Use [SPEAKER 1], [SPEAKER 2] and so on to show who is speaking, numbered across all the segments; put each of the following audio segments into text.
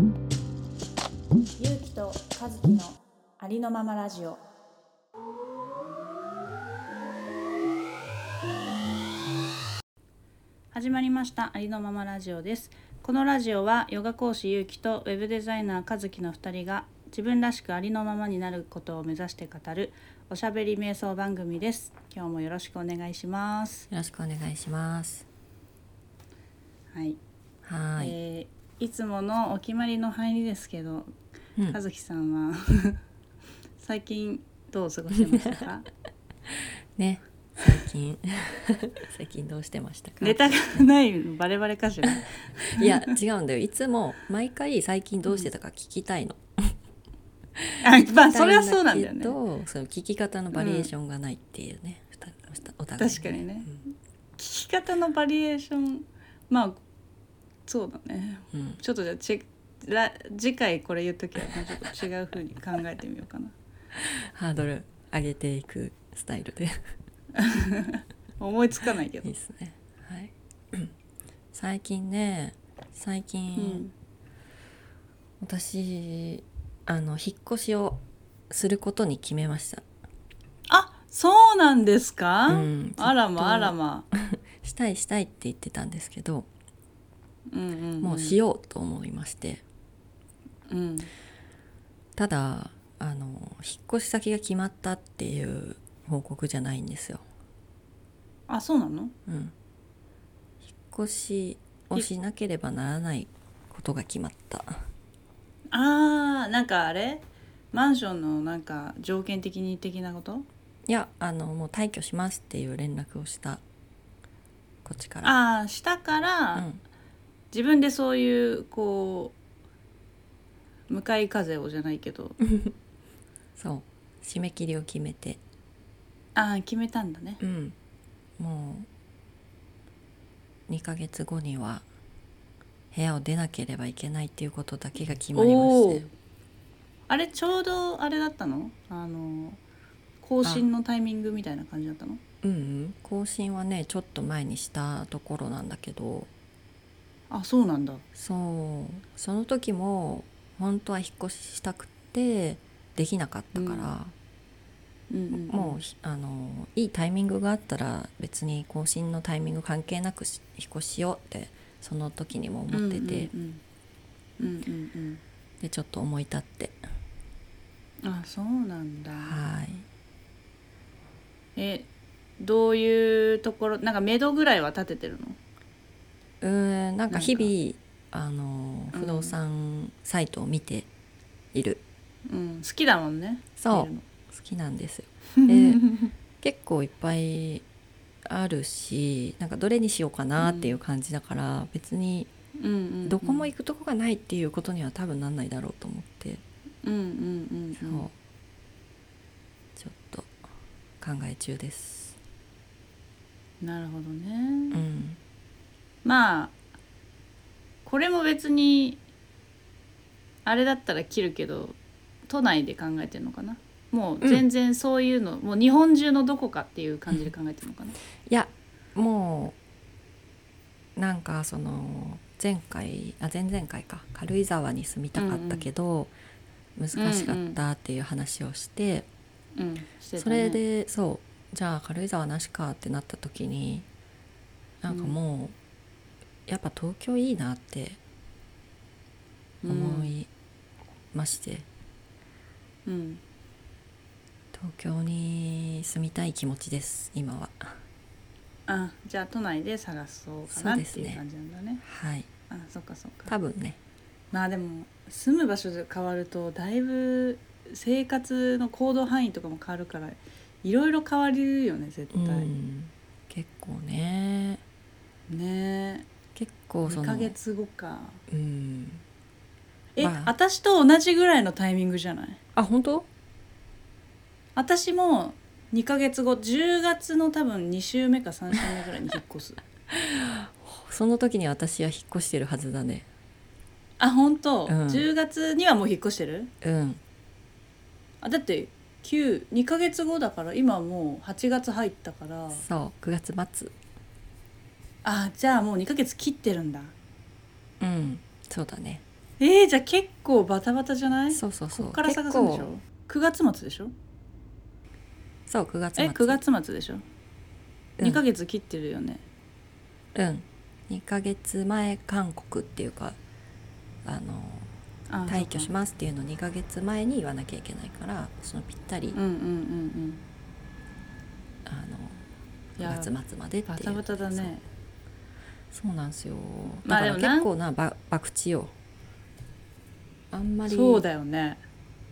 [SPEAKER 1] ゆうきと和樹のありのままラジオ始まりましたありのままラジオですこのラジオはヨガ講師ゆうきとウェブデザイナー和樹の2人が自分らしくありのままになることを目指して語るおしゃべり瞑想番組です今日もよろしくお願いします
[SPEAKER 2] よろしくお願いします。
[SPEAKER 1] はい、
[SPEAKER 2] はーい。
[SPEAKER 1] えーいつものお決まりの入りですけど
[SPEAKER 2] うん
[SPEAKER 1] 和樹さんは 最近どう過ごしてま したか
[SPEAKER 2] ね。最 近最近どうしてましたか。
[SPEAKER 1] ネタがないのバレバレか しら
[SPEAKER 2] いや違うんだよ。いつも毎回最近どうしてたか聞きたいの。
[SPEAKER 1] あまあ
[SPEAKER 2] 聞きた
[SPEAKER 1] そ
[SPEAKER 2] い
[SPEAKER 1] れはそうなんだよね
[SPEAKER 2] けどその聞き方のバリエーションがないっていうね。ふたお互い
[SPEAKER 1] 確かにね
[SPEAKER 2] うん
[SPEAKER 1] 聞き方のバリエーションまあそうだね
[SPEAKER 2] うん。
[SPEAKER 1] ちょっとじゃあちら次回これ言っときゃもうちょっと違う風に考えてみようかな
[SPEAKER 2] ハードル上げていくスタイルで
[SPEAKER 1] 思いつかないけ
[SPEAKER 2] い
[SPEAKER 1] ど
[SPEAKER 2] いですね。はい。 最近ね最
[SPEAKER 1] う
[SPEAKER 2] 近、
[SPEAKER 1] ん
[SPEAKER 2] 私あの引っ越しをすることに決めました。
[SPEAKER 1] あそうなんですか、
[SPEAKER 2] うん
[SPEAKER 1] あらまあ
[SPEAKER 2] ずっと
[SPEAKER 1] らま
[SPEAKER 2] したいしたいって言ってたんですけど、
[SPEAKER 1] うんうん、うん、
[SPEAKER 2] もうしようと思いまして
[SPEAKER 1] うん
[SPEAKER 2] ただあの引っ越し先が決まったっていう報告じゃないんですよ、
[SPEAKER 1] あそうなの
[SPEAKER 2] うん、引っ越しをしなければならないことが決まった
[SPEAKER 1] あーなんかあれマンションのなんか条件的に的なこと
[SPEAKER 2] いやあのもう退去しますっていう連絡をしたこっちから
[SPEAKER 1] ああしたから、
[SPEAKER 2] うん、
[SPEAKER 1] 自分でそういうこう向かい風をじゃないけど
[SPEAKER 2] そう締め切りを決めて
[SPEAKER 1] ああ決めたんだね
[SPEAKER 2] うんもう2ヶ月後には部屋を出なければいけないっていうことだけが決まりま
[SPEAKER 1] お
[SPEAKER 2] し
[SPEAKER 1] ー
[SPEAKER 2] て
[SPEAKER 1] あれちょうどあれだったのあの更新のタイミングみたいな感じだったの
[SPEAKER 2] うんうん更新はねちょっと前にしたところなんだけど
[SPEAKER 1] あそうなんだ
[SPEAKER 2] そうその時も本当は引っ越ししたくてできなかったから、
[SPEAKER 1] うんうん、うん、
[SPEAKER 2] もうひあのいいタイミングがあったら別に更新のタイミング関係なくし引っ越ししようってその時にも思ってて、
[SPEAKER 1] うんうんうん、うんうん
[SPEAKER 2] でちょっと思い立って
[SPEAKER 1] うんあそうなんだ
[SPEAKER 2] はい
[SPEAKER 1] えどういうところなんか目処ぐらいは立ててるの
[SPEAKER 2] うーんなん
[SPEAKER 1] なんか
[SPEAKER 2] か日々あの
[SPEAKER 1] うん
[SPEAKER 2] 不動産サイトを見ている、
[SPEAKER 1] うん好きだもんね
[SPEAKER 2] そう
[SPEAKER 1] 見るの
[SPEAKER 2] 好きなんですよ で結構いっぱいあるしなんかどれにしようかなっていう感じだから、別に
[SPEAKER 1] うんうんうん
[SPEAKER 2] どこも行くとこがないっていうことには多分なんないだろうと思って、
[SPEAKER 1] うんうんうんうん
[SPEAKER 2] そうちょっと考え中です
[SPEAKER 1] なるほどね、
[SPEAKER 2] うん
[SPEAKER 1] まあこれも別にあれだったら切るけど都内で考えてるのかなもう全然そういうの、もう日本中のどこかっていう感じで考えてるのかな、
[SPEAKER 2] いやもうなんかその前回あ前々回か軽井沢に住みたかったけど、難しかったっていう話をして、
[SPEAKER 1] うんしてたね
[SPEAKER 2] それでそうじゃあ軽井沢なしかってなった時になんかもう、やっぱ東京いいなって思いまして、
[SPEAKER 1] うん、うん
[SPEAKER 2] 東京に住みたい気持ちです今は
[SPEAKER 1] あじゃあ都内で探そうかなっていう感じなんだね
[SPEAKER 2] はい
[SPEAKER 1] あそっかそっか
[SPEAKER 2] 多分ね
[SPEAKER 1] まあでも住む場所で変わるとだいぶ生活の行動範囲とかも変わるからいろいろ変わるよね絶
[SPEAKER 2] う
[SPEAKER 1] 対、
[SPEAKER 2] ん結構ね
[SPEAKER 1] ねえ
[SPEAKER 2] 結構そ
[SPEAKER 1] 2
[SPEAKER 2] の
[SPEAKER 1] ヶ月後か
[SPEAKER 2] うん
[SPEAKER 1] え、
[SPEAKER 2] まあ
[SPEAKER 1] 私と同じぐらいのタイミングじゃない
[SPEAKER 2] あ本当
[SPEAKER 1] 私も2ヶ月後10月の多分2週目か3週目ぐらいに引っ越す
[SPEAKER 2] その時に私は引っ越してるはずだね
[SPEAKER 1] あ本当、
[SPEAKER 2] うん
[SPEAKER 1] 10月にはもう引っ越してる
[SPEAKER 2] うん
[SPEAKER 1] あだって92ヶ月後だから今もう8月入ったから
[SPEAKER 2] そう9月末
[SPEAKER 1] あじゃあもう2ヶ月切ってるんだ
[SPEAKER 2] うんそうだね
[SPEAKER 1] えー、じゃあ結構バタバタじゃない
[SPEAKER 2] そうそうそう
[SPEAKER 1] こっから探すんでしょ9月末でしょ
[SPEAKER 2] そう9月末
[SPEAKER 1] え9月末でしょ、
[SPEAKER 2] うん
[SPEAKER 1] 2ヶ月切ってるよね
[SPEAKER 2] うん2ヶ月前韓国っていうかあの
[SPEAKER 1] あ
[SPEAKER 2] 退去し
[SPEAKER 1] す
[SPEAKER 2] ますっていうのを2ヶ月前に言わなきゃいけないからそのぴったり、
[SPEAKER 1] うんうんうんうん
[SPEAKER 2] あの
[SPEAKER 1] いや
[SPEAKER 2] 9月末までってい
[SPEAKER 1] バ
[SPEAKER 2] う
[SPEAKER 1] タバタだね
[SPEAKER 2] そうなんですよ
[SPEAKER 1] まあ
[SPEAKER 2] だから
[SPEAKER 1] でもなん
[SPEAKER 2] 結構なば博打よあんまり
[SPEAKER 1] そうだよね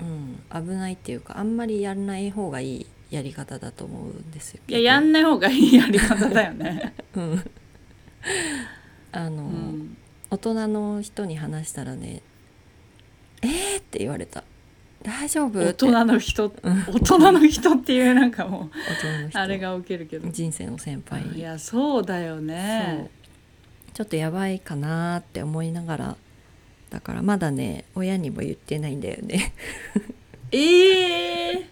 [SPEAKER 2] うん、危ないっていうかあんまりやらない方がいいやり方だと思うんですよ
[SPEAKER 1] いややんない方がいいやり方だよ ね、
[SPEAKER 2] うんあの、
[SPEAKER 1] うん、
[SPEAKER 2] 大人の人に話したらね「えー!」って言われた「大丈夫?」
[SPEAKER 1] 大
[SPEAKER 2] って
[SPEAKER 1] 人の人大人の人っていうなんかもう
[SPEAKER 2] 大人の人
[SPEAKER 1] あれが受けるけど
[SPEAKER 2] 人生の先輩
[SPEAKER 1] い
[SPEAKER 2] に、
[SPEAKER 1] やそうだよね
[SPEAKER 2] そうちょっとやばいかなーって思いながらだからまだね親にも言ってないんだよね
[SPEAKER 1] ええ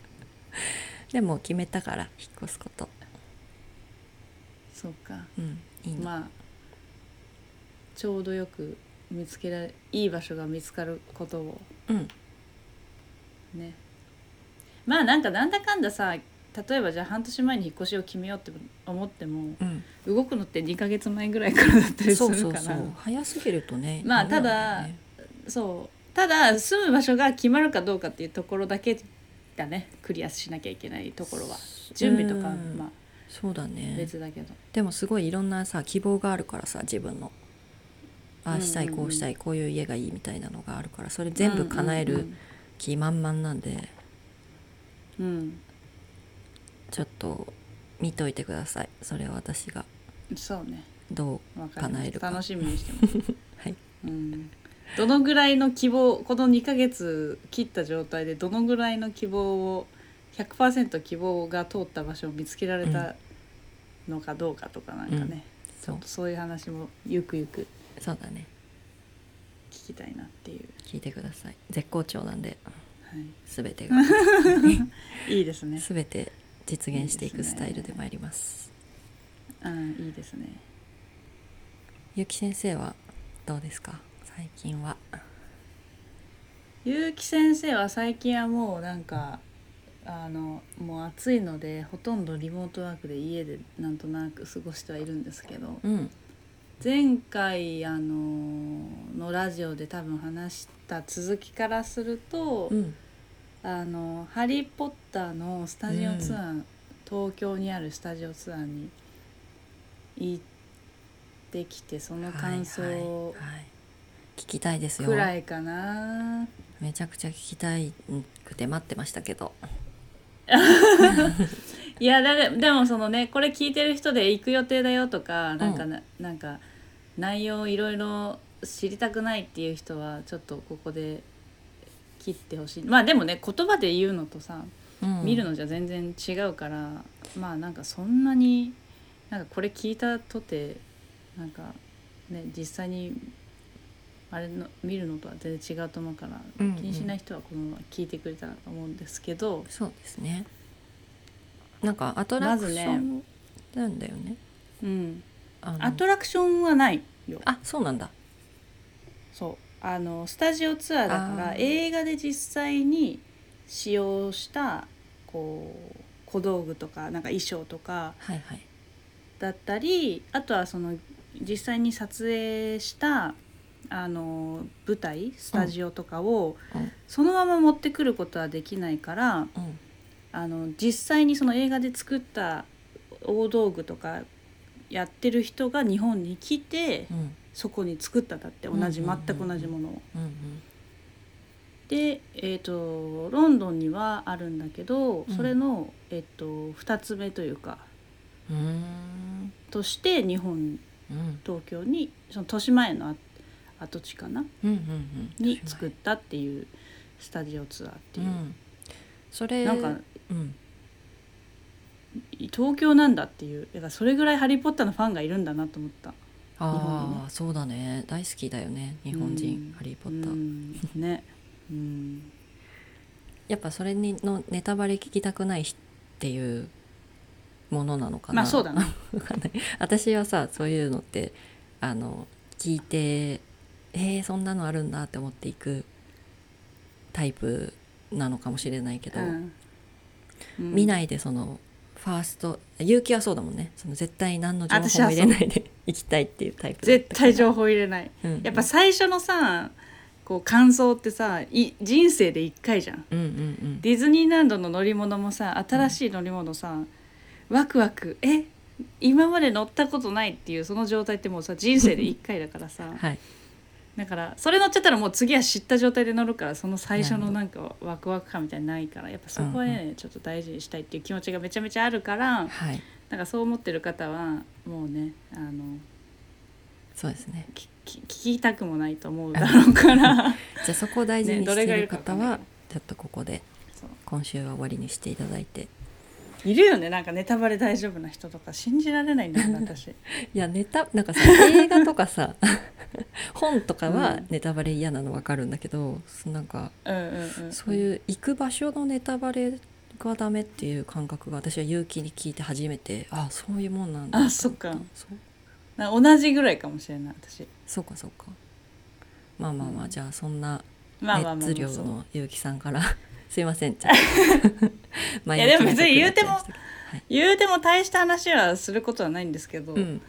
[SPEAKER 2] でも決めたから引っ越すこと
[SPEAKER 1] そうか
[SPEAKER 2] うんいいの、
[SPEAKER 1] まあちょうどよく見つけられいい場所が見つかることを
[SPEAKER 2] うん
[SPEAKER 1] ねまあなんかなんだかんださ例えばじゃあ半年前に引っ越しを決めようって思っても
[SPEAKER 2] うん
[SPEAKER 1] 動くのって2ヶ月前ぐらいからだったりす
[SPEAKER 2] そう
[SPEAKER 1] るから
[SPEAKER 2] そうそう早すぎるとね
[SPEAKER 1] まあ
[SPEAKER 2] ダメなん
[SPEAKER 1] ただ
[SPEAKER 2] よね
[SPEAKER 1] そうただ住む場所が決まるかどうかっていうところだけだねクリアしなきゃいけないところは準備とか
[SPEAKER 2] うん
[SPEAKER 1] ま
[SPEAKER 2] そうだ
[SPEAKER 1] あ
[SPEAKER 2] ね
[SPEAKER 1] 別だけど、
[SPEAKER 2] でもすごいいろんなさ希望があるからさ自分のあ
[SPEAKER 1] うんうんう
[SPEAKER 2] あ
[SPEAKER 1] ん
[SPEAKER 2] したいこうしたいこういう家がいいみたいなのがあるからそれ全部叶え
[SPEAKER 1] うんう
[SPEAKER 2] る
[SPEAKER 1] ん
[SPEAKER 2] 気満々なんで
[SPEAKER 1] うん、うん
[SPEAKER 2] ちょっと見といてくださいそれは私が
[SPEAKER 1] そうね
[SPEAKER 2] ど
[SPEAKER 1] わかりま
[SPEAKER 2] 叶え
[SPEAKER 1] し
[SPEAKER 2] る
[SPEAKER 1] た
[SPEAKER 2] か
[SPEAKER 1] 楽しみにしてます、
[SPEAKER 2] う はい
[SPEAKER 1] うん、どのぐらいの希望この2ヶ月切った状態でどのぐらいの希望を100%希望が通った場所を見つけられたのかどうかとかなんかね、ち
[SPEAKER 2] そ
[SPEAKER 1] ょっ
[SPEAKER 2] う
[SPEAKER 1] とそういう話もゆくゆく
[SPEAKER 2] そうだね
[SPEAKER 1] 聞きたいなっていう、
[SPEAKER 2] 聞いてください絶好調なんで
[SPEAKER 1] は
[SPEAKER 2] 全て が
[SPEAKER 1] い、いいですね
[SPEAKER 2] 全て実現して
[SPEAKER 1] い
[SPEAKER 2] い
[SPEAKER 1] い
[SPEAKER 2] く
[SPEAKER 1] です
[SPEAKER 2] ス
[SPEAKER 1] ね
[SPEAKER 2] タイルで参ります
[SPEAKER 1] うんいいですね
[SPEAKER 2] ゆき先生はどうですか最近は
[SPEAKER 1] 結城先生は最近はもうなんかあのもう暑いのでほとんどリモートワークで家でなんとなく過ごしてはいるんですけど
[SPEAKER 2] うん
[SPEAKER 1] 前回あののラジオで多分話した続きからすると「
[SPEAKER 2] うん
[SPEAKER 1] あのハリー・ポッター」のスタジオツアー、東京にあるスタジオツアーに行ってきてその感
[SPEAKER 2] はいはい
[SPEAKER 1] 想
[SPEAKER 2] はい聞きたいですよ
[SPEAKER 1] くらいかな。
[SPEAKER 2] めちゃくちゃ聞きたいくて待ってましたけど
[SPEAKER 1] いやだででもそのねこれ聞いてる人で行く予定だよとかなんかな,、なんか内容いろいろ知りたくないっていう人はちょっとここで切ってほしいまあでもね言葉で言うのとさ
[SPEAKER 2] うん
[SPEAKER 1] 見るのじゃ全然違うから、まあなんかそんなになんかこれ聞いたとてなんかね実際にあれの見るのとは全然違うと思うから、
[SPEAKER 2] うんうん
[SPEAKER 1] 気にしない人はこのまま聞いてくれたらと思うんですけど。
[SPEAKER 2] そうですねなんかアトラクショ
[SPEAKER 1] まず
[SPEAKER 2] ンなんだよね
[SPEAKER 1] うん
[SPEAKER 2] あの
[SPEAKER 1] アトラクションはないよ
[SPEAKER 2] あそうなんだ
[SPEAKER 1] そうあのスタジオツアーだか
[SPEAKER 2] あ
[SPEAKER 1] ら
[SPEAKER 2] ー
[SPEAKER 1] 映画で実際に使用したこう小道具とかなんか衣装とか
[SPEAKER 2] はいはい
[SPEAKER 1] だったりあとはその実際に撮影したあの舞台スタジオとかを
[SPEAKER 2] うん
[SPEAKER 1] そのまま持ってくることはできないから、
[SPEAKER 2] うん
[SPEAKER 1] あの実際にその映画で作った大道具とかやってる人が日本に来て。
[SPEAKER 2] うん
[SPEAKER 1] そこに作ったんだって同じ
[SPEAKER 2] うんうんうんうん
[SPEAKER 1] 全く同じものを。
[SPEAKER 2] うん
[SPEAKER 1] で、えー、とロンドンにはあるんだけど
[SPEAKER 2] うん
[SPEAKER 1] それの、えっと2つ目というか
[SPEAKER 2] うんうーん
[SPEAKER 1] として日本
[SPEAKER 2] うん
[SPEAKER 1] 東京にその豊島園のあ跡地かな
[SPEAKER 2] うんうんうん
[SPEAKER 1] に作ったっていうスタジオツアーっていう、
[SPEAKER 2] んそれ
[SPEAKER 1] なんか
[SPEAKER 2] うん
[SPEAKER 1] 東京なんだっていうだからそれぐらい「ハリー・ポッター」のファンがいるんだなと思った
[SPEAKER 2] あ
[SPEAKER 1] 本に
[SPEAKER 2] あ、そうだね大好きだよね日本人、
[SPEAKER 1] うん
[SPEAKER 2] ハリー・ポッター、
[SPEAKER 1] うんね、うん
[SPEAKER 2] やっぱそれにのネタバレ聞きたくないっていうものなのかな、
[SPEAKER 1] まあそうだね
[SPEAKER 2] わかんない 私はさそういうのってあの聞いてえー、そんなのあるんだって思っていくタイプなのかもしれないけど、
[SPEAKER 1] うん
[SPEAKER 2] 見
[SPEAKER 1] い
[SPEAKER 2] ないでそのファースト勇気はそうだもんねその絶対何の情報も
[SPEAKER 1] 私はそう
[SPEAKER 2] 入れないで 行きたいっていうタイプだっ
[SPEAKER 1] 絶
[SPEAKER 2] たから
[SPEAKER 1] 対情報入れない
[SPEAKER 2] うん
[SPEAKER 1] やっぱ最初のさこう感想ってさい人生で1回じゃん
[SPEAKER 2] うんうんうん
[SPEAKER 1] ディズニーランドの乗り物もさ新しい乗り物さ、ワクワクえ今まで乗ったことないっていうその状態ってもうさ人生で1回だから さ
[SPEAKER 2] はい
[SPEAKER 1] だからそれ乗っちゃったらもう次は知った状態で乗るからその最初の
[SPEAKER 2] な
[SPEAKER 1] なんかワクワク感みたいなのないからやっぱそこはね、ちょっと大事にしたいっていう気持ちがめちゃめちゃあるから
[SPEAKER 2] はい
[SPEAKER 1] なんかそう思ってる方はもうねあの
[SPEAKER 2] そうですね
[SPEAKER 1] きき聞きたくもないと思うだろうから。
[SPEAKER 2] じゃあそこを大事
[SPEAKER 1] ね
[SPEAKER 2] に
[SPEAKER 1] ど
[SPEAKER 2] し
[SPEAKER 1] れが
[SPEAKER 2] て
[SPEAKER 1] いる
[SPEAKER 2] る
[SPEAKER 1] かわか
[SPEAKER 2] 方
[SPEAKER 1] んない
[SPEAKER 2] は
[SPEAKER 1] けど
[SPEAKER 2] ちょっとここで
[SPEAKER 1] そう
[SPEAKER 2] 今週は終わりにしていただいて
[SPEAKER 1] いるよねなんかネタバレ大丈夫な人とか信じられないんだ よね私
[SPEAKER 2] いやネタなんかさ映画とかさ 本とか
[SPEAKER 1] う
[SPEAKER 2] は
[SPEAKER 1] ん
[SPEAKER 2] ネタバレ嫌なの分かるんだけど、そなんか
[SPEAKER 1] うんうん、うん、
[SPEAKER 2] そういう行く場所のネタバレがダメっていう感覚が私は勇気に聞いて初めてあそういうもんなんだ
[SPEAKER 1] あそっか
[SPEAKER 2] そう
[SPEAKER 1] な同じぐらいかもしれない私
[SPEAKER 2] そうかそうかまあまあまあ、
[SPEAKER 1] うん
[SPEAKER 2] じゃあそんな
[SPEAKER 1] まあまあまあま
[SPEAKER 2] 熱
[SPEAKER 1] あ
[SPEAKER 2] 量
[SPEAKER 1] そう
[SPEAKER 2] の結城さんから すいませんじゃあ前
[SPEAKER 1] いやでも
[SPEAKER 2] 置き
[SPEAKER 1] 別に言う
[SPEAKER 2] 長くなっち
[SPEAKER 1] ても
[SPEAKER 2] ゃいましたけど
[SPEAKER 1] 言うても大した話はすることはないんですけど、
[SPEAKER 2] うん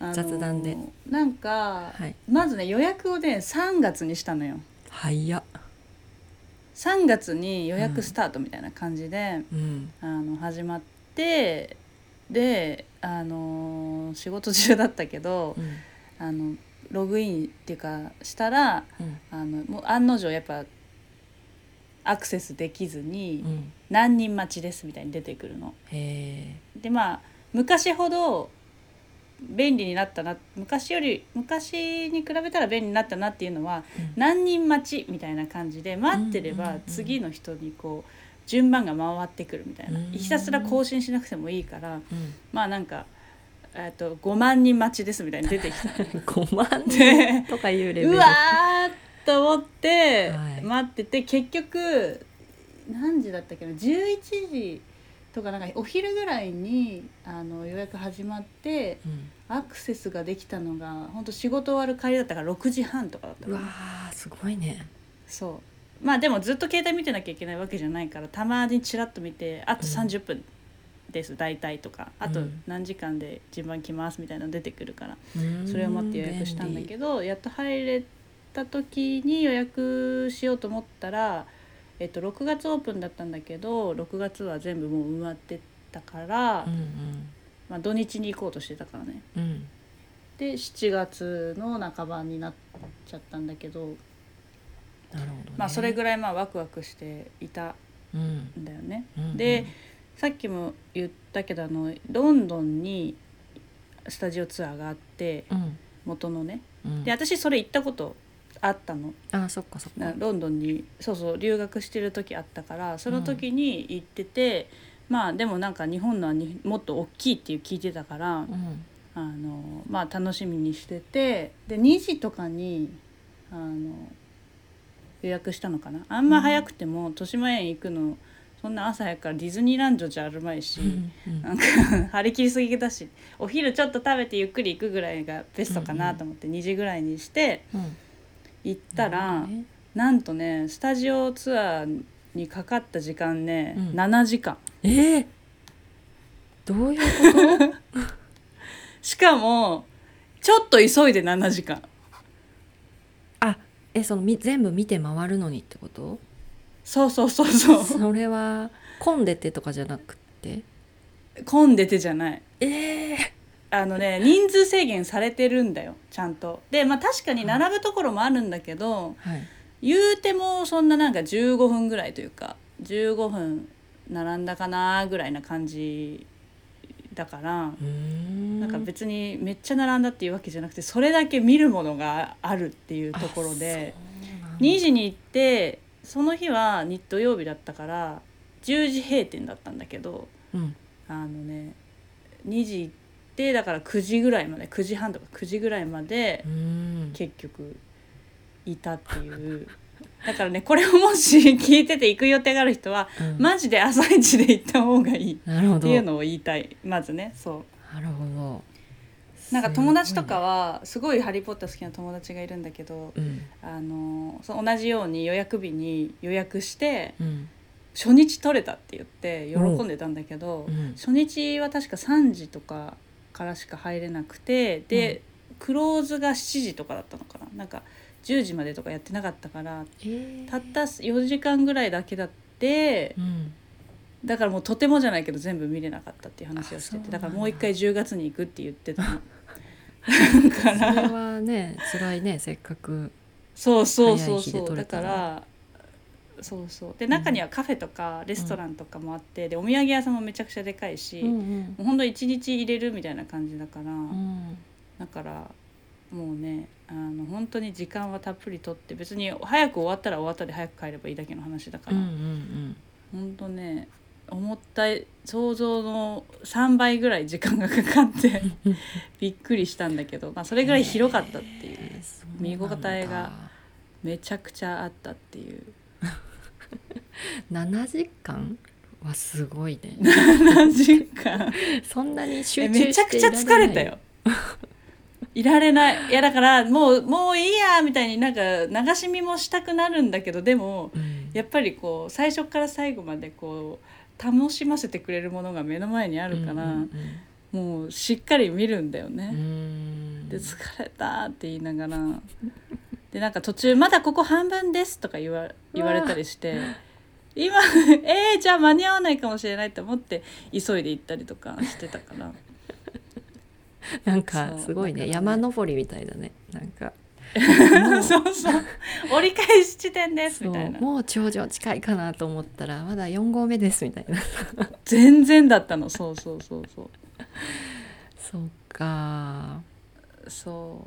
[SPEAKER 1] あのー
[SPEAKER 2] 雑談で
[SPEAKER 1] なんか、
[SPEAKER 2] はい
[SPEAKER 1] まずね予約をね3月にしたのよ
[SPEAKER 2] 早っ
[SPEAKER 1] 3月に予約スタートみたいな感じで、
[SPEAKER 2] うん
[SPEAKER 1] あの始まってであのー仕事中だったけど
[SPEAKER 2] うん
[SPEAKER 1] あのログインっていうかしたら
[SPEAKER 2] うん
[SPEAKER 1] あのもう案の定やっぱアクセスできずに
[SPEAKER 2] うん
[SPEAKER 1] 何人待ちですみたいに出てくるの。
[SPEAKER 2] へ
[SPEAKER 1] でまあ昔ほど便利になったな昔より昔に比べたら便利になったなっていうのは、
[SPEAKER 2] うん
[SPEAKER 1] 何人待ちみたいな感じで待ってれ
[SPEAKER 2] うんうん
[SPEAKER 1] ば
[SPEAKER 2] うん
[SPEAKER 1] 次の人にこう順番が回ってくるみたいな、
[SPEAKER 2] うん
[SPEAKER 1] ひたすら更新しなくてもいいから
[SPEAKER 2] えうん
[SPEAKER 1] まあなんか、えっと5万人待ちですみたいに出てきた
[SPEAKER 2] 5万
[SPEAKER 1] ね
[SPEAKER 2] 人とかいうレベル
[SPEAKER 1] うわーっと思って
[SPEAKER 2] はい
[SPEAKER 1] 待ってて、結局何時だったっけな11時とかなんかお昼ぐらいにあの予約始まって
[SPEAKER 2] うん
[SPEAKER 1] アクセスができたのが本当仕事終わる帰りだったから6時半とかだった
[SPEAKER 2] う
[SPEAKER 1] の
[SPEAKER 2] わーすごいね
[SPEAKER 1] そうまあでもずっと携帯見てなきゃいけないわけじゃないからたまにちらっと見てあと
[SPEAKER 2] うん
[SPEAKER 1] 30分です、大体とかあと
[SPEAKER 2] うん
[SPEAKER 1] 何時間で順番来ますみたいなの出てくるから。
[SPEAKER 2] そ
[SPEAKER 1] それを待って予約したんだけどやっと入れた時に予約しようと思ったら、えっと、6月オープンだったんだけど6月は全部もう埋まってたから、
[SPEAKER 2] うん
[SPEAKER 1] まあ、土日に行こうとしてたからね
[SPEAKER 2] うんうん
[SPEAKER 1] で7月の半ばになっちゃったんだけど、
[SPEAKER 2] なるほどね
[SPEAKER 1] まあ、それぐらいまあワクワクしていた
[SPEAKER 2] うん
[SPEAKER 1] んだよね。
[SPEAKER 2] うん
[SPEAKER 1] でさっきも言ったけどあのロンドンにスタジオツアーがあって
[SPEAKER 2] うん
[SPEAKER 1] 元のね
[SPEAKER 2] うん
[SPEAKER 1] で私それ行ったことあったの
[SPEAKER 2] あそっかそっ
[SPEAKER 1] な
[SPEAKER 2] か
[SPEAKER 1] ロンドンにそうそう留学してる時あったからその時に行ってて、まあでもなんか日本のはにもっと大きいっていう聞いてたから、
[SPEAKER 2] うん
[SPEAKER 1] あのまあ楽しみにしててで2時とかにあの予約したのかなあんま早くても豊島園行くのそんな朝早くからディズニーランドじゃあるまいし、
[SPEAKER 2] うん
[SPEAKER 1] なんか 張り切りすぎだしお昼ちょっと食べてゆっくり行くぐらいがベストかなと思って2時ぐらいにして
[SPEAKER 2] うん
[SPEAKER 1] 行ったら。
[SPEAKER 2] なるほどね
[SPEAKER 1] なんとねスタジオツアーにかかった時間ね、
[SPEAKER 2] うん
[SPEAKER 1] 7時間
[SPEAKER 2] えーどういうこと
[SPEAKER 1] しかもちょっと急いで7時間
[SPEAKER 2] あえそのみ全部見て回るのにってこと
[SPEAKER 1] そうそうそう そう
[SPEAKER 2] それは混んでてとかじゃなくって
[SPEAKER 1] 混んでてじゃない
[SPEAKER 2] ええ
[SPEAKER 1] あのね人数制限されてるんだよちゃんとでまあ確かに並ぶところもあるんだけど、
[SPEAKER 2] はい
[SPEAKER 1] 言うてもそんななんか15分ぐらいというか15分並んだかなぐらいな感じだから
[SPEAKER 2] うーん
[SPEAKER 1] なんか別にめっちゃ並んだっていうわけじゃなくてそれだけ見るものがあるっていうところで2
[SPEAKER 2] に
[SPEAKER 1] 時に行ってその日は日土曜日だったから10時閉店だったんだけど
[SPEAKER 2] うん
[SPEAKER 1] あのね2時行ってだから9時ぐらいまで9時半とか9時ぐらいまで
[SPEAKER 2] うん
[SPEAKER 1] 結局いたっていうだからねこれをもし聞いてて行く予定がある人は、
[SPEAKER 2] うん
[SPEAKER 1] マジで朝一で行った方がいいっ
[SPEAKER 2] なるほ
[SPEAKER 1] て
[SPEAKER 2] ど
[SPEAKER 1] いうのを言いたいまずねそう
[SPEAKER 2] なるほど
[SPEAKER 1] なんか友達とかはすごい「ハリー・ポッター」好きな友達がいるんだけど
[SPEAKER 2] すごいね
[SPEAKER 1] あのそう同じように予約日に予約して
[SPEAKER 2] うんうん
[SPEAKER 1] 初日取れたって言って喜んでたんだけど、
[SPEAKER 2] うん
[SPEAKER 1] 初日は確か3時とかからしか入れなくてで、クローズが7時とかだったのかななんか10時までとかやってなかったから
[SPEAKER 2] えー
[SPEAKER 1] たった4時間ぐらいだけだって
[SPEAKER 2] うん
[SPEAKER 1] だからもうとてもじゃないけど全部見れなかったっていう話をして
[SPEAKER 2] あそう
[SPEAKER 1] て
[SPEAKER 2] な
[SPEAKER 1] だ
[SPEAKER 2] んだ
[SPEAKER 1] からもう一回10月に行くって言ってたの。だか
[SPEAKER 2] それ
[SPEAKER 1] ら
[SPEAKER 2] はね辛いねせっかく
[SPEAKER 1] そうそうそ
[SPEAKER 2] 早
[SPEAKER 1] う
[SPEAKER 2] い日で
[SPEAKER 1] そう
[SPEAKER 2] 取
[SPEAKER 1] だ
[SPEAKER 2] れ
[SPEAKER 1] か
[SPEAKER 2] たら
[SPEAKER 1] らそうそうで
[SPEAKER 2] ん
[SPEAKER 1] 中にはカフェとかレストランとかもあって、でお土産屋さんもめちゃくちゃでかいし、も
[SPEAKER 2] ん
[SPEAKER 1] うほんと1日入れるみたいな感じだから、
[SPEAKER 2] うん
[SPEAKER 1] だからもうねあの本当に時間はたっぷりとって別に早く終わったら終わったで早く帰ればいいだけの話だか
[SPEAKER 2] うんう
[SPEAKER 1] ら、
[SPEAKER 2] ん
[SPEAKER 1] ほんとね思った想像の3倍ぐらい時間がかかって びっくりしたんだけど、まあ、それぐらい広かったっていう、
[SPEAKER 2] えーそうなんだ
[SPEAKER 1] 見応えがめちゃくちゃあったっていう。
[SPEAKER 2] 7時間はすごいね
[SPEAKER 1] 何時間
[SPEAKER 2] そんなに集
[SPEAKER 1] え
[SPEAKER 2] 中していられない
[SPEAKER 1] めちゃくちゃ疲れたよいられないいやだからもうもういいやみたいになんか流し見もしたくなるんだけどでも
[SPEAKER 2] うん
[SPEAKER 1] やっぱりこう最初から最後までこう楽しませてくれるものが目の前にあるから、
[SPEAKER 2] うん
[SPEAKER 1] もうしっかり見るんだよ
[SPEAKER 2] うんう
[SPEAKER 1] ね、
[SPEAKER 2] ん
[SPEAKER 1] で疲れたって言いながらでなんか途中「まだここ半分です」とか言わ言われたりして今 「えー、じゃあ間に合わないかもしれない」と思って急いで行ったりとかしてたから。
[SPEAKER 2] なんかすごいね
[SPEAKER 1] そう
[SPEAKER 2] 山登りみたいだねなんか
[SPEAKER 1] そうそう折り返し地点です
[SPEAKER 2] そ
[SPEAKER 1] みた
[SPEAKER 2] う
[SPEAKER 1] いな
[SPEAKER 2] もう頂上近いかなと思ったらまだ4合目ですみたい な
[SPEAKER 1] 全然だったのそうそうそうそう
[SPEAKER 2] そうか
[SPEAKER 1] そ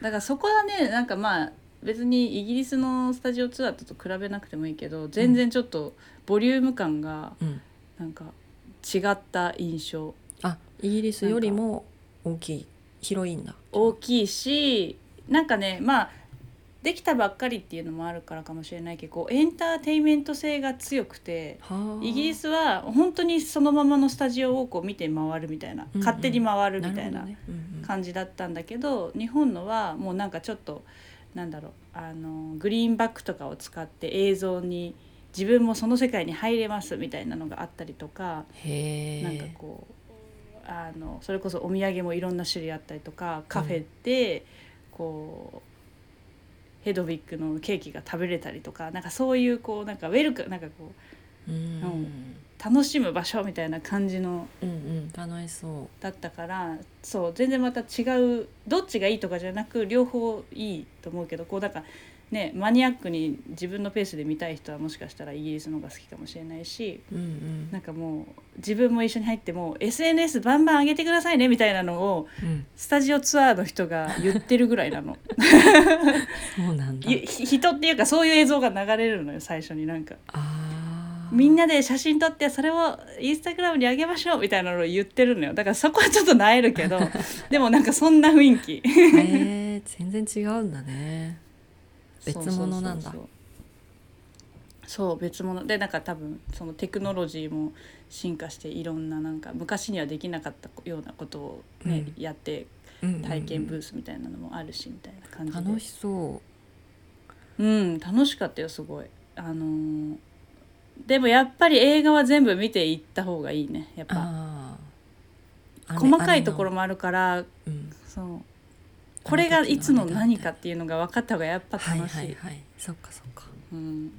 [SPEAKER 1] うだからそこはねなんかまあ別にイギリスのスタジオツアーと比べなくてもいいけど全然ちょっとボリューム感が
[SPEAKER 2] うん
[SPEAKER 1] なんか違った印象
[SPEAKER 2] あイギリスよりも大きい広いんだ
[SPEAKER 1] 大きいしなんかねまあできたばっかりっていうのもあるからかもしれないけどこうエンターテインメント性が強くて
[SPEAKER 2] はあ
[SPEAKER 1] イギリスは本当にそのままのスタジオをこう見て回るみたいな、
[SPEAKER 2] うん
[SPEAKER 1] 勝手に回るみたい
[SPEAKER 2] るほ
[SPEAKER 1] な
[SPEAKER 2] どねうんうん
[SPEAKER 1] 感じだったんだけど、日本のはもうなんかちょっとなんだろうあのグリーンバックとかを使って映像に自分もその世界に入れますみたいなのがあったりとか、
[SPEAKER 2] へえ
[SPEAKER 1] なんかこうあのそれこそお土産もいろんな種類あったりとかカフェでこう、ヘドウィックのケーキが食べれたりとかなんかそういうこうなんかウェルカなんかこう
[SPEAKER 2] うん
[SPEAKER 1] 楽しむ場所みたいな感じの
[SPEAKER 2] うんうん楽しそう
[SPEAKER 1] だったからそう全然また違うどっちがいいとかじゃなく両方いいと思うけどこうだからねマニアックに自分のペースで見たい人はもしかしたらイギリスの方が好きかもしれないし
[SPEAKER 2] うんうん
[SPEAKER 1] なんかもう自分も一緒に入ってもう SNS バンバン上げてくださいねみたいなのを
[SPEAKER 2] うん、
[SPEAKER 1] スタジオツアーの人が言ってるぐらいなの
[SPEAKER 2] そうなんだ
[SPEAKER 1] ゆひ人っていうかそういう映像が流れるのよ最初になんか。
[SPEAKER 2] あー
[SPEAKER 1] みんなで写真撮ってそれをインスタグラムに上げましょうみたいなのを言ってるのよだからそこはちょっとなえるけどでもなんかそんな雰囲気
[SPEAKER 2] へえ全然違うんだね別物なん
[SPEAKER 1] そうそ
[SPEAKER 2] だ
[SPEAKER 1] うそうそうそう別物でなんか多分そのテクノロジーも進化していろんななんか昔にはできなかったようなことを、ね
[SPEAKER 2] う
[SPEAKER 1] やって体験ブースみたいなのもあるしみたいな感じで、
[SPEAKER 2] 楽しそ
[SPEAKER 1] うん楽しかったよすごいあのーでもやっぱり映画は全部見ていった方がいいねやっ
[SPEAKER 2] う
[SPEAKER 1] ぱ
[SPEAKER 2] あーあれ
[SPEAKER 1] 細かいところ
[SPEAKER 2] あ
[SPEAKER 1] もあるから
[SPEAKER 2] れのうん
[SPEAKER 1] そうこれがいつの何か
[SPEAKER 2] は
[SPEAKER 1] っていうのが分かった方がやっぱ
[SPEAKER 2] い
[SPEAKER 1] 楽しい、
[SPEAKER 2] はいはいそっかそっか
[SPEAKER 1] うん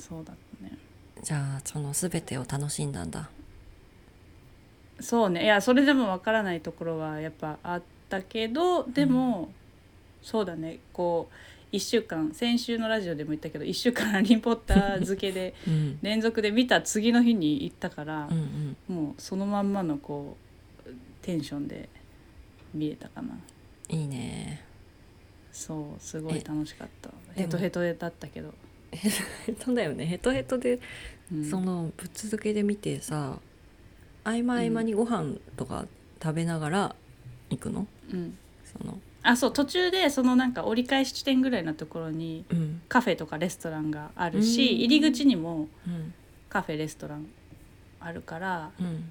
[SPEAKER 1] そうだったね
[SPEAKER 2] じゃあその全てを楽しんだんだ
[SPEAKER 1] そうねいやそれでも分からないところはやっぱあったけどでも、そうだねこう1週間先週のラジオでも言ったけど1週間ハリー・ポッター漬け で
[SPEAKER 2] うん
[SPEAKER 1] 連続で見た次の日に行ったから
[SPEAKER 2] うんう、ん
[SPEAKER 1] もうそのまんまのこうテンションで見れたかない
[SPEAKER 2] いね
[SPEAKER 1] そうすごい楽しかった
[SPEAKER 2] え
[SPEAKER 1] ヘトヘトだったけど、
[SPEAKER 2] ヘトだよねヘトヘトで
[SPEAKER 1] うん
[SPEAKER 2] そのぶっ続けで見てさ合間合間にご飯とか食べながら行くの、
[SPEAKER 1] うん
[SPEAKER 2] その
[SPEAKER 1] あそう途中でそのなんか折り返し地点ぐらいのところに
[SPEAKER 2] うん
[SPEAKER 1] カフェとかレストランがある
[SPEAKER 2] う
[SPEAKER 1] し
[SPEAKER 2] ん
[SPEAKER 1] 入り口にも
[SPEAKER 2] うん
[SPEAKER 1] カフェレストランあるから、
[SPEAKER 2] うん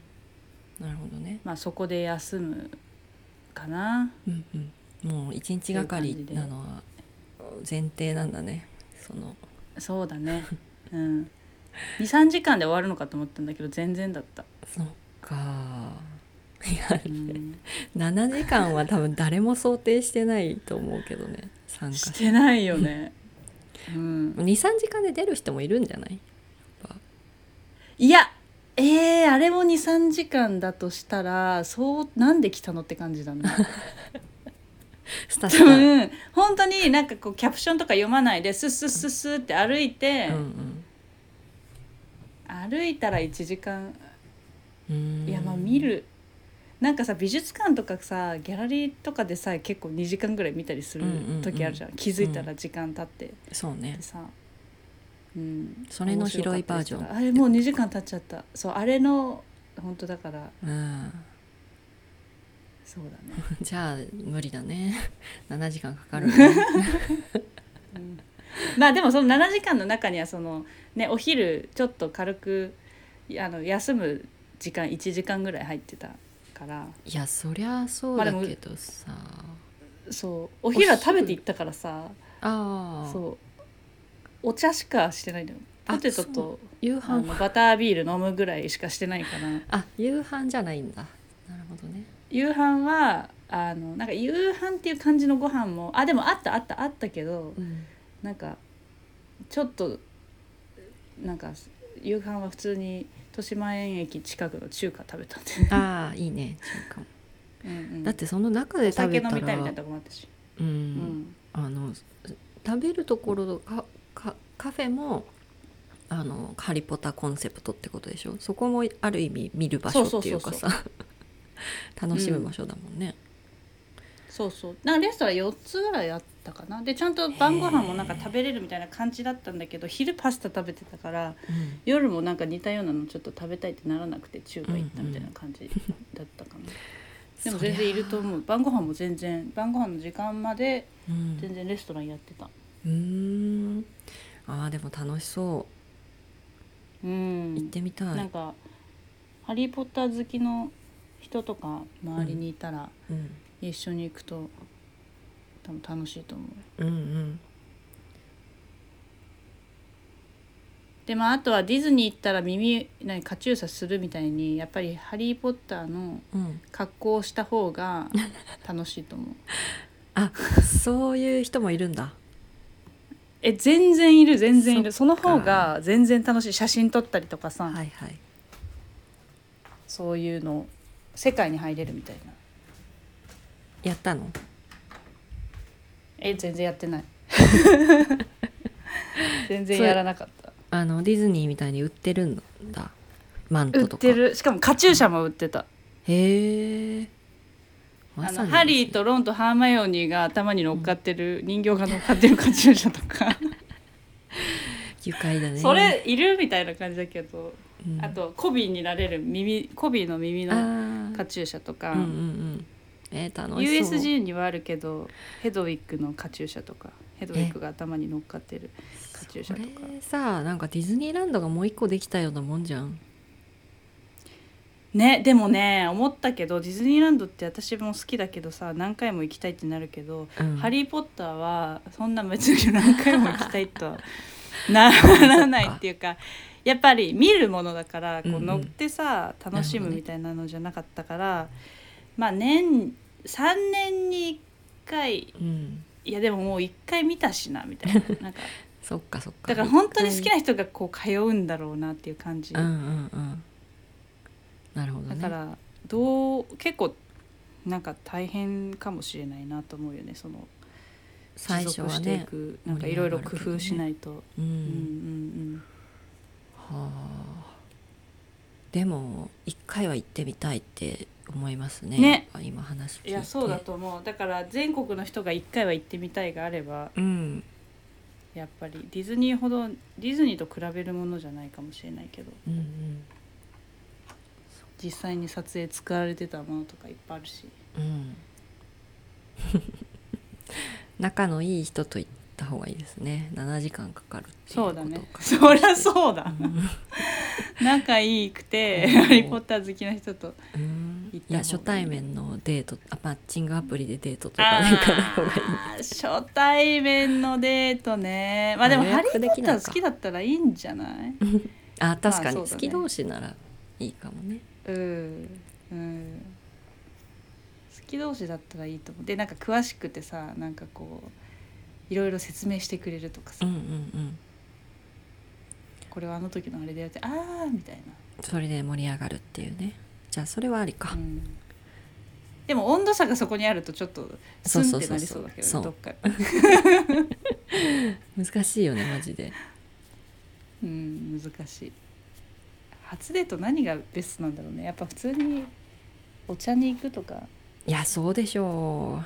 [SPEAKER 2] なるほどね、
[SPEAKER 1] まあ、そこで休むかな
[SPEAKER 2] うんうん、もう一日がか
[SPEAKER 1] そういう
[SPEAKER 2] り
[SPEAKER 1] 感じで
[SPEAKER 2] なのは前提なんだねその
[SPEAKER 1] そうだ ねうん23時間で終わるのかと思ったんだけど全然だった、
[SPEAKER 2] そっかいや
[SPEAKER 1] うん、
[SPEAKER 2] 7時間は多分誰も想定してないと思うけどね参加
[SPEAKER 1] してないよ ね、うん、
[SPEAKER 2] 23時間で出る人もいるんじゃない
[SPEAKER 1] いやえー、あれも23時間だとしたらそうなんで来たのって感じだな
[SPEAKER 2] スタッ
[SPEAKER 1] 多
[SPEAKER 2] フが、うん
[SPEAKER 1] 分本当になんかこうキャプションとか読まないでスッスッスッスッって歩いて、
[SPEAKER 2] うん
[SPEAKER 1] 歩いたら1時間
[SPEAKER 2] うーん、
[SPEAKER 1] いやまあ見るなんかさ美術館とかさギャラリーとかでさえ結構2時間ぐらい見たりする
[SPEAKER 2] うんうんうん
[SPEAKER 1] 時あるじゃん,、気づいたら時間経って
[SPEAKER 2] そうね
[SPEAKER 1] でさ、うん、
[SPEAKER 2] それの広いバージョ
[SPEAKER 1] 面白かったで
[SPEAKER 2] ン
[SPEAKER 1] すあれもう2時間経っちゃったそうあれの本当だから
[SPEAKER 2] うん
[SPEAKER 1] そうだね
[SPEAKER 2] じゃあ無理だね7時間かか るね
[SPEAKER 1] うんまあでもその7時間の中にはその、ね、お昼ちょっと軽くあの休む時間1時間ぐらい入ってたから
[SPEAKER 2] いやそりゃそうだけどさ、
[SPEAKER 1] そうお昼は食べていったからさ
[SPEAKER 2] あ、あー
[SPEAKER 1] そうお茶しかしてないのよ
[SPEAKER 2] あ
[SPEAKER 1] ポテト
[SPEAKER 2] そ
[SPEAKER 1] と
[SPEAKER 2] 夕
[SPEAKER 1] あ
[SPEAKER 2] 飯
[SPEAKER 1] のバタービール飲むぐらいしかしてないから
[SPEAKER 2] あ夕飯じゃないんだなるほどね
[SPEAKER 1] 夕飯はあのなんか夕飯っていう感じのご飯もあでもあったあったあったけど
[SPEAKER 2] うん
[SPEAKER 1] なんかちょっとなんか夕飯は普通に豊島園駅近くの中華食べたんで、
[SPEAKER 2] ああいいね中華も
[SPEAKER 1] うんうん
[SPEAKER 2] だってその中で
[SPEAKER 1] お
[SPEAKER 2] 食
[SPEAKER 1] 酒
[SPEAKER 2] べ
[SPEAKER 1] 飲
[SPEAKER 2] た
[SPEAKER 1] みたいみたい
[SPEAKER 2] ら
[SPEAKER 1] なとこもあったし、
[SPEAKER 2] う
[SPEAKER 1] うん
[SPEAKER 2] んあの食べるところかかカフェもあのハリポタコンセプトってことでしょそこもある意味見る場所っていうかさ 楽しむ場所だもんね、
[SPEAKER 1] そうそうなんかレストラン4つぐらいあったかなでちゃんと晩ご飯もなんか食べれるみたいな感じだったんだけど昼パスタ食べてたから
[SPEAKER 2] うん
[SPEAKER 1] 夜もなんか似たようなのちょっと食べたいってならなくて中華行ったみたいな感じだったかな、でも全然いると思う晩ご飯も全然晩ご飯の時間まで
[SPEAKER 2] うん
[SPEAKER 1] 全然レストランやってた
[SPEAKER 2] うーんあーでも楽しそうう行っ
[SPEAKER 1] ん
[SPEAKER 2] てみたい、
[SPEAKER 1] なんか「ハリー・ポッター」好きの人とか周りにいたら
[SPEAKER 2] うん、
[SPEAKER 1] 一緒に行くと多分楽しいと思う。
[SPEAKER 2] うんうん
[SPEAKER 1] でまああとはディズニー行ったら耳何カチューサするみたいにやっぱり「ハリー・ポッター」の
[SPEAKER 2] うん
[SPEAKER 1] 格好をした方 が楽しいと思う。
[SPEAKER 2] あそういう人もいるんだ
[SPEAKER 1] え全然いる全然いる
[SPEAKER 2] そ
[SPEAKER 1] その方が全然楽しい写真撮ったりとかさ、
[SPEAKER 2] はいはい
[SPEAKER 1] そういうの世界に入れるみたいな
[SPEAKER 2] やったの
[SPEAKER 1] え全然やってない 全然やらなかった
[SPEAKER 2] あのディズニーみたいに売ってるんだマン
[SPEAKER 1] 売
[SPEAKER 2] ト
[SPEAKER 1] っ
[SPEAKER 2] とか
[SPEAKER 1] てるしかもカチューシャも売ってた、
[SPEAKER 2] へえ
[SPEAKER 1] あのハリーとロンとハーマイオニーが頭に乗っかってる、人形が乗っかってるカチューシャと か
[SPEAKER 2] 愉快だね
[SPEAKER 1] それいるみたいな感じだけど、
[SPEAKER 2] うん
[SPEAKER 1] あとコビーになれる耳コビーの耳
[SPEAKER 2] あ
[SPEAKER 1] の
[SPEAKER 2] ー
[SPEAKER 1] カチューシャとか、
[SPEAKER 2] うんうんうんえー、楽しそう
[SPEAKER 1] USG にはあるけどヘドウィックのカチューシャとかヘドウィックが頭に乗っかってるカチューシャとか
[SPEAKER 2] これさなんかディズニーランドがもう一個できたようなもんじゃん
[SPEAKER 1] ねでもね思ったけどディズニーランドって私も好きだけどさ何回も行きたいってなるけど、
[SPEAKER 2] うん
[SPEAKER 1] ハリー・ポッターはそんな別に何回も行きたいとは ならないっていうかやっぱり見るものだからこ
[SPEAKER 2] うん
[SPEAKER 1] う
[SPEAKER 2] うん
[SPEAKER 1] 乗ってさ、楽しむ
[SPEAKER 2] なるほどね
[SPEAKER 1] みたいなのじゃなかったから、まあ年3年に1回
[SPEAKER 2] うん
[SPEAKER 1] いやでももう1回見たしなみたいななんか
[SPEAKER 2] そっかそっか
[SPEAKER 1] だから本当に好きな人がこう通うんだろうなっていう感 じ、
[SPEAKER 2] うんうんうんなるほど
[SPEAKER 1] だ
[SPEAKER 2] ね
[SPEAKER 1] からどう結構なんか大変かもしれないなと思うよねその
[SPEAKER 2] 最初は
[SPEAKER 1] してい
[SPEAKER 2] ね
[SPEAKER 1] く、なんかいろいろ工夫しないと、う
[SPEAKER 2] う
[SPEAKER 1] んうん
[SPEAKER 2] ん、
[SPEAKER 1] うん
[SPEAKER 2] はあでも一回は行ってみたいって思いますね
[SPEAKER 1] ね
[SPEAKER 2] やっぱ今話聞いて
[SPEAKER 1] いやそうだと思うだから全国の人が1回は行ってみたいがあれば
[SPEAKER 2] うん
[SPEAKER 1] やっぱりディズニーほどディズニーと比べるものじゃないかもしれないけど
[SPEAKER 2] うんうん
[SPEAKER 1] 実際に撮影使われてたものとかいっぱいあるし
[SPEAKER 2] うん 仲のいい人と行った方がいいですね7時間かかるっていう
[SPEAKER 1] そ
[SPEAKER 2] こ
[SPEAKER 1] う
[SPEAKER 2] と
[SPEAKER 1] だ
[SPEAKER 2] を
[SPEAKER 1] ね
[SPEAKER 2] 考え
[SPEAKER 1] そりゃそうだ
[SPEAKER 2] うん
[SPEAKER 1] 仲いいくて「
[SPEAKER 2] うん
[SPEAKER 1] ハリー・ポッター」好きな人と
[SPEAKER 2] うん
[SPEAKER 1] 行っ
[SPEAKER 2] い
[SPEAKER 1] た
[SPEAKER 2] や
[SPEAKER 1] 方
[SPEAKER 2] 初
[SPEAKER 1] がいい
[SPEAKER 2] 対面のデートあマッチングアプリでデートとか
[SPEAKER 1] あ
[SPEAKER 2] で行かない方がいい
[SPEAKER 1] ー初対面のデートねまあでも「
[SPEAKER 2] 予
[SPEAKER 1] ハリ
[SPEAKER 2] 約
[SPEAKER 1] ー・
[SPEAKER 2] で
[SPEAKER 1] ポ
[SPEAKER 2] き
[SPEAKER 1] ッタ
[SPEAKER 2] ないか
[SPEAKER 1] ー」好きだったらいいんじゃない
[SPEAKER 2] あ確か に、
[SPEAKER 1] まあそうだね
[SPEAKER 2] 好き同士ならいいかもね
[SPEAKER 1] うんうん好き同士だったらいいと思うでなんか詳しくてさなんかこういろいろ説明してくれるとか
[SPEAKER 2] う
[SPEAKER 1] さ
[SPEAKER 2] んうんうん
[SPEAKER 1] これはあの時のあれだよってああみたいな、
[SPEAKER 2] それで盛り上がるっていうねじゃあそれはありか、
[SPEAKER 1] うん、でも温度差がそこにあるとちょっとス
[SPEAKER 2] そう
[SPEAKER 1] ン
[SPEAKER 2] そ
[SPEAKER 1] っ
[SPEAKER 2] う
[SPEAKER 1] て
[SPEAKER 2] そ
[SPEAKER 1] な
[SPEAKER 2] うそう
[SPEAKER 1] りそうだけど
[SPEAKER 2] そ
[SPEAKER 1] ね
[SPEAKER 2] う
[SPEAKER 1] どっか
[SPEAKER 2] 難しいよねマジで
[SPEAKER 1] うん難しい初デート何がベストなんだろうねやっぱ普通にお茶に行くとか
[SPEAKER 2] いやそうでしょ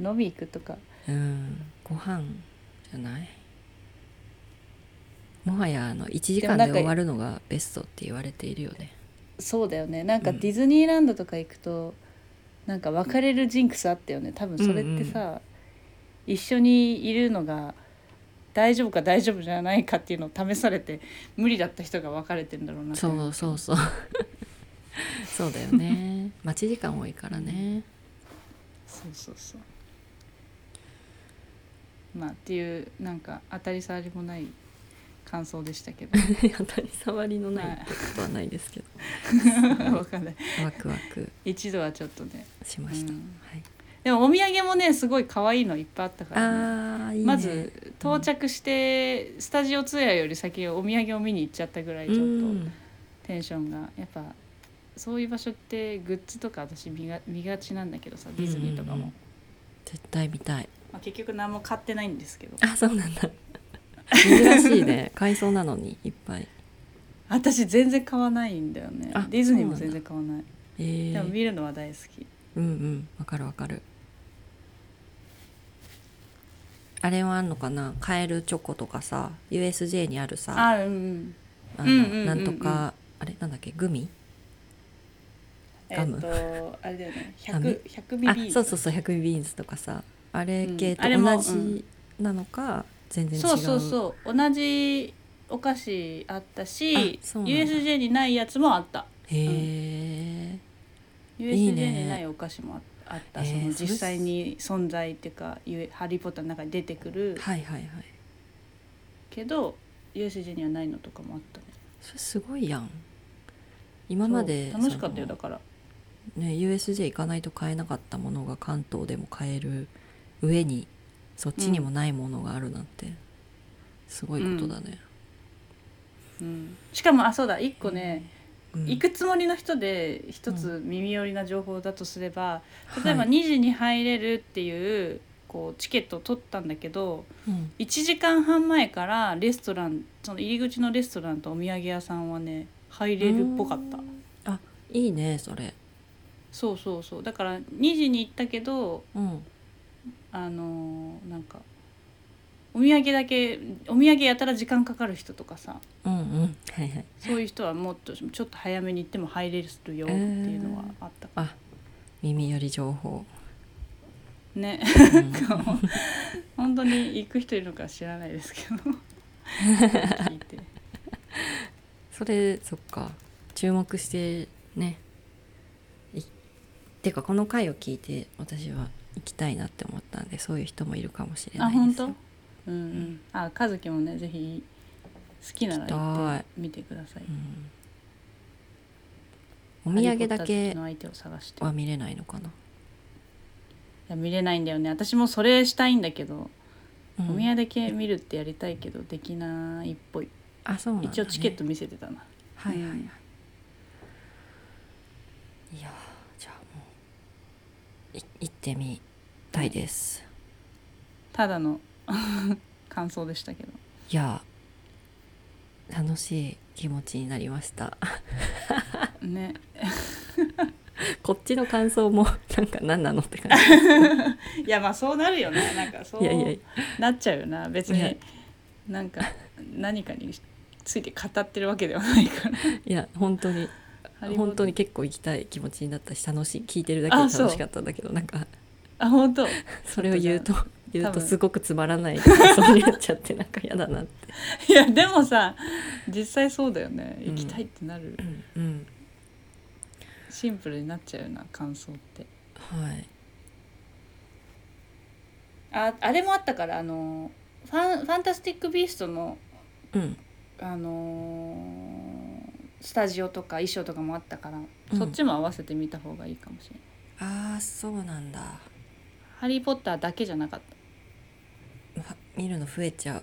[SPEAKER 1] 飲み行くとか
[SPEAKER 2] ううんご飯じゃないもはやあの1時
[SPEAKER 1] でも
[SPEAKER 2] 間
[SPEAKER 1] なん
[SPEAKER 2] で
[SPEAKER 1] か
[SPEAKER 2] 終わるのがベストって言われているよね
[SPEAKER 1] そうだよねなんか
[SPEAKER 2] うん
[SPEAKER 1] ディズニーランドとか行くと、なんか別れるジンクスあったよね多分それってさ、一緒にいるのが大丈夫か大丈夫じゃないかっていうのを試されて無理だった人が別れてんだろうなって
[SPEAKER 2] そうそうそう そうだよね待ち時間多いからね
[SPEAKER 1] そうそうそうまあっていうなんか当たり障りもない感想でしたけど
[SPEAKER 2] 当たり障りのないってことはないですけど、
[SPEAKER 1] わかんない
[SPEAKER 2] ワクワク
[SPEAKER 1] 一度はちょっとね
[SPEAKER 2] しました、
[SPEAKER 1] うん
[SPEAKER 2] はい
[SPEAKER 1] でもお土産もねすごい可愛いのいっぱいあったから、ね、
[SPEAKER 2] あーいいね
[SPEAKER 1] まず到着して、スタジオツアーより先お土産を見に行っちゃったぐらいちょっ
[SPEAKER 2] う
[SPEAKER 1] と
[SPEAKER 2] ん
[SPEAKER 1] テンションがやっぱそういう場所ってグッズとか私見が見がちなんだけどさディズニーとかも、
[SPEAKER 2] うんうんうん絶対見たい
[SPEAKER 1] まあ、結局何も買ってないんですけど
[SPEAKER 2] あそうなんだ 珍しいね 買いそうなのにいっぱい
[SPEAKER 1] 私全然買わないんだよね
[SPEAKER 2] あ
[SPEAKER 1] ディズニーも全然買わない
[SPEAKER 2] え
[SPEAKER 1] でも
[SPEAKER 2] ー、
[SPEAKER 1] 見るのは大好き
[SPEAKER 2] うんうんわかるわかるあれはあんのかな買えるチョコとかさ USJ にあるさあ
[SPEAKER 1] あうんうんう
[SPEAKER 2] の
[SPEAKER 1] んうんうんうん
[SPEAKER 2] なんとかあれなんだっけグミ
[SPEAKER 1] え
[SPEAKER 2] ガ
[SPEAKER 1] っ、
[SPEAKER 2] ム
[SPEAKER 1] とあれだよね
[SPEAKER 2] あみ
[SPEAKER 1] 100 100ミ
[SPEAKER 2] あ
[SPEAKER 1] リ
[SPEAKER 2] そうそうそう100ビーンズとかさあれ系
[SPEAKER 1] うんあ
[SPEAKER 2] と
[SPEAKER 1] れも
[SPEAKER 2] 同じなのか、全然違う
[SPEAKER 1] そうそうそう同じお菓子あったし
[SPEAKER 2] あそうなんだ
[SPEAKER 1] USJ にないやつもあった
[SPEAKER 2] へえ、い
[SPEAKER 1] USJ
[SPEAKER 2] いね
[SPEAKER 1] にないお菓子もああった
[SPEAKER 2] えー
[SPEAKER 1] その
[SPEAKER 2] それ
[SPEAKER 1] 実際に存在っていうか「ゆハリー・ポッター」の中に出てくる
[SPEAKER 2] はいはいはい
[SPEAKER 1] けど USJ にはないのとかもあったね
[SPEAKER 2] それすごいやん今まで
[SPEAKER 1] そう楽しかったよ
[SPEAKER 2] そ
[SPEAKER 1] だ
[SPEAKER 2] の
[SPEAKER 1] から
[SPEAKER 2] ね、USJ 行かないと買えなかったものが関東でも買える上にそっちにもないものがあるなんて、すごいことだね、
[SPEAKER 1] うんしかもあそうだ1個ね
[SPEAKER 2] うん
[SPEAKER 1] 行くつもりの人で一つ耳寄りな情報だとすれば例えば
[SPEAKER 2] はい
[SPEAKER 1] 2時に入れるっていうこうチケットを取ったんだけど
[SPEAKER 2] うん
[SPEAKER 1] 1時間半前からレストランその入り口のレストランとお土産屋さんはね入れるっぽかった
[SPEAKER 2] あいいねそれ
[SPEAKER 1] そうそうそうだから2時に行ったけど
[SPEAKER 2] うん
[SPEAKER 1] あのーなんかお土産だけお土産やたら時間かかる人とかさ
[SPEAKER 2] うんうんはいはい
[SPEAKER 1] そういう人はもっとちょっと早めに行っても入れるよっていうのはあったか
[SPEAKER 2] あ耳寄り情報、
[SPEAKER 1] らね
[SPEAKER 2] うん
[SPEAKER 1] 本当に行く人いるのか知らないですけど 聞いて
[SPEAKER 2] それそっか注目してねいてかこの回を聞いて私は行きたいなって思ったんでそういう人もいるかもしれ
[SPEAKER 1] あ
[SPEAKER 2] ない
[SPEAKER 1] 本
[SPEAKER 2] です
[SPEAKER 1] 当うんうんあ和樹もねぜひ好きなら行ってみてください
[SPEAKER 2] うん、お土産
[SPEAKER 1] ハリーポッタ
[SPEAKER 2] だ
[SPEAKER 1] ー好き
[SPEAKER 2] け
[SPEAKER 1] の相手を探してい
[SPEAKER 2] は見れないのかな、
[SPEAKER 1] や見れないんだよね私もそれしたいんだけど、
[SPEAKER 2] うん
[SPEAKER 1] お土産だけ見るってやりたいけどできないっぽい
[SPEAKER 2] あそうなんだ、ね、
[SPEAKER 1] 一応チケット見せてたな、
[SPEAKER 2] はいはいは
[SPEAKER 1] う
[SPEAKER 2] い
[SPEAKER 1] ん
[SPEAKER 2] いやーじゃあもうい行ってみたいです、
[SPEAKER 1] ただの 感想でしたけど
[SPEAKER 2] いやー楽しい気持ちになりました
[SPEAKER 1] ね
[SPEAKER 2] こっちの感想も なんか何なのって感
[SPEAKER 1] いやまあそうなるよねなんかそう
[SPEAKER 2] じいやいや
[SPEAKER 1] なっちゃうよな別
[SPEAKER 2] ね
[SPEAKER 1] になんか何かについて語ってるわけではないから
[SPEAKER 2] いや本当に
[SPEAKER 1] ハリーポッター
[SPEAKER 2] 本当に結構行きたい気持ちになったし楽しい聞いてるだけで
[SPEAKER 1] あそう
[SPEAKER 2] 楽しかったんだけどなんか
[SPEAKER 1] あ本当
[SPEAKER 2] それを言うと言う
[SPEAKER 1] 多
[SPEAKER 2] と
[SPEAKER 1] 分
[SPEAKER 2] すごくつまらない感想になっちゃってなんか嫌だなって、
[SPEAKER 1] いやでもさ実際そうだよね行きたいってなる、
[SPEAKER 2] うん、
[SPEAKER 1] シンプルになっちゃうよな感想って
[SPEAKER 2] はい
[SPEAKER 1] ああれもあったからあのファン「ファンタスティック・ビーストの」
[SPEAKER 2] うん
[SPEAKER 1] あのースタジオとか衣装とかもあったから、
[SPEAKER 2] うん
[SPEAKER 1] そっちも合わせてみた方がいいかもしれない
[SPEAKER 2] ああそうなんだ
[SPEAKER 1] 「ハリー・ポッター」だけじゃなかった
[SPEAKER 2] わ見るの増えちゃう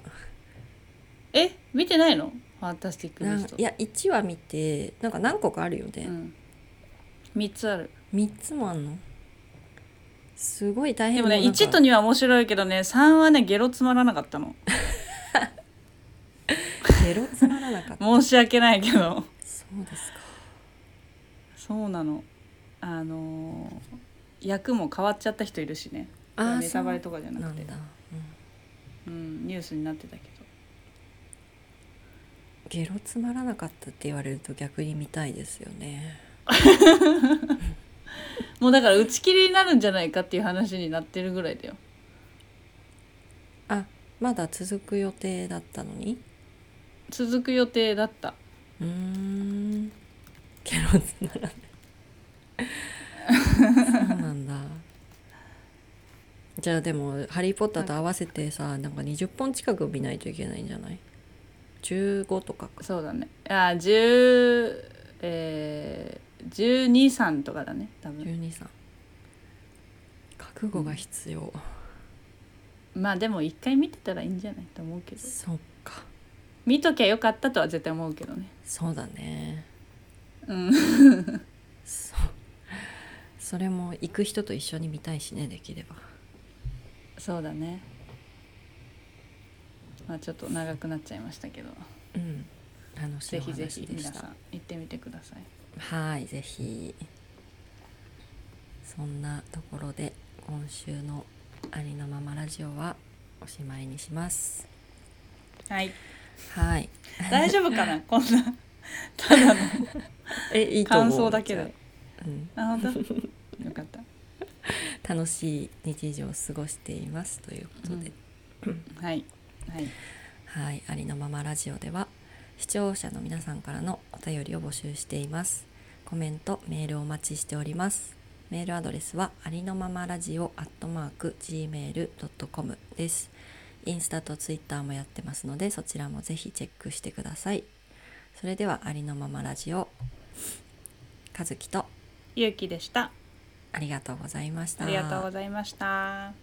[SPEAKER 1] え見てないの「ファンタスティック・ビ
[SPEAKER 2] な
[SPEAKER 1] ー
[SPEAKER 2] ん
[SPEAKER 1] スト
[SPEAKER 2] い」や1話見てなんか何個かあるよ
[SPEAKER 1] う
[SPEAKER 2] ね、
[SPEAKER 1] ん、3つある
[SPEAKER 2] 三3つもあんのすごい大変
[SPEAKER 1] でもね
[SPEAKER 2] うなんか
[SPEAKER 1] 1と2は面白いけどね3はねゲロつまらなかったの
[SPEAKER 2] ゲロつまらなか った
[SPEAKER 1] 申し訳ないけど
[SPEAKER 2] そうですか
[SPEAKER 1] そうなのあのー役も変わっちゃった人いるしね
[SPEAKER 2] ー
[SPEAKER 1] ネタバレとかじゃ
[SPEAKER 2] そう
[SPEAKER 1] な
[SPEAKER 2] な
[SPEAKER 1] くて
[SPEAKER 2] んだ、うん、
[SPEAKER 1] うん、ニュースになってたけど
[SPEAKER 2] ゲロつまらなかったって言われると逆に見たいですよね
[SPEAKER 1] もうだから打ち切りになるんじゃないかっていう話になってるぐらいだよ
[SPEAKER 2] あまだ続く予定だったのに
[SPEAKER 1] 続く予定だった
[SPEAKER 2] うーんゲロつまらないそうなんだじゃあでも「ハリー・ポッター」と合わせてさなんか20本近く見ないといけないんじゃない15とかか
[SPEAKER 1] そうだねあー10えー、123とかだね多分
[SPEAKER 2] 123覚悟が必要、
[SPEAKER 1] まあでも一回見てたらいいんじゃないと思うけど
[SPEAKER 2] そっか
[SPEAKER 1] 見ときゃよかったとは絶対思うけどね
[SPEAKER 2] そうだね
[SPEAKER 1] うん
[SPEAKER 2] そうそれも行く人と一緒に見たいしねできれば
[SPEAKER 1] そうだねまあちょっと長くなっちゃいましたけど
[SPEAKER 2] うん楽しい
[SPEAKER 1] ぜ
[SPEAKER 2] お
[SPEAKER 1] ひぜ
[SPEAKER 2] 話
[SPEAKER 1] ひ
[SPEAKER 2] で
[SPEAKER 1] 皆
[SPEAKER 2] し
[SPEAKER 1] さ
[SPEAKER 2] た
[SPEAKER 1] ん行ってみてください
[SPEAKER 2] はいぜひそんなところで今週の「ありのままラジオ」はおしまいにします
[SPEAKER 1] はい
[SPEAKER 2] はい
[SPEAKER 1] 大丈夫かなこんなただの
[SPEAKER 2] えいいと思
[SPEAKER 1] 感
[SPEAKER 2] う
[SPEAKER 1] 想だけで、
[SPEAKER 2] うん、
[SPEAKER 1] あ本当よかった
[SPEAKER 2] 楽しい日常を過ごしていますということで、
[SPEAKER 1] はいはい
[SPEAKER 2] はい、ありのままラジオでは視聴者の皆さんからのお便りを募集しています。コメント、メールをお待ちしております。メールアドレスはありのままラジオアットマーク gmail.com です。インスタとツイッターもやってますのでそちらもぜひチェックしてください。それではありのままラジオ、かずきと
[SPEAKER 1] ゆうきでした
[SPEAKER 2] ありがとうございました。
[SPEAKER 1] ありがとうございました。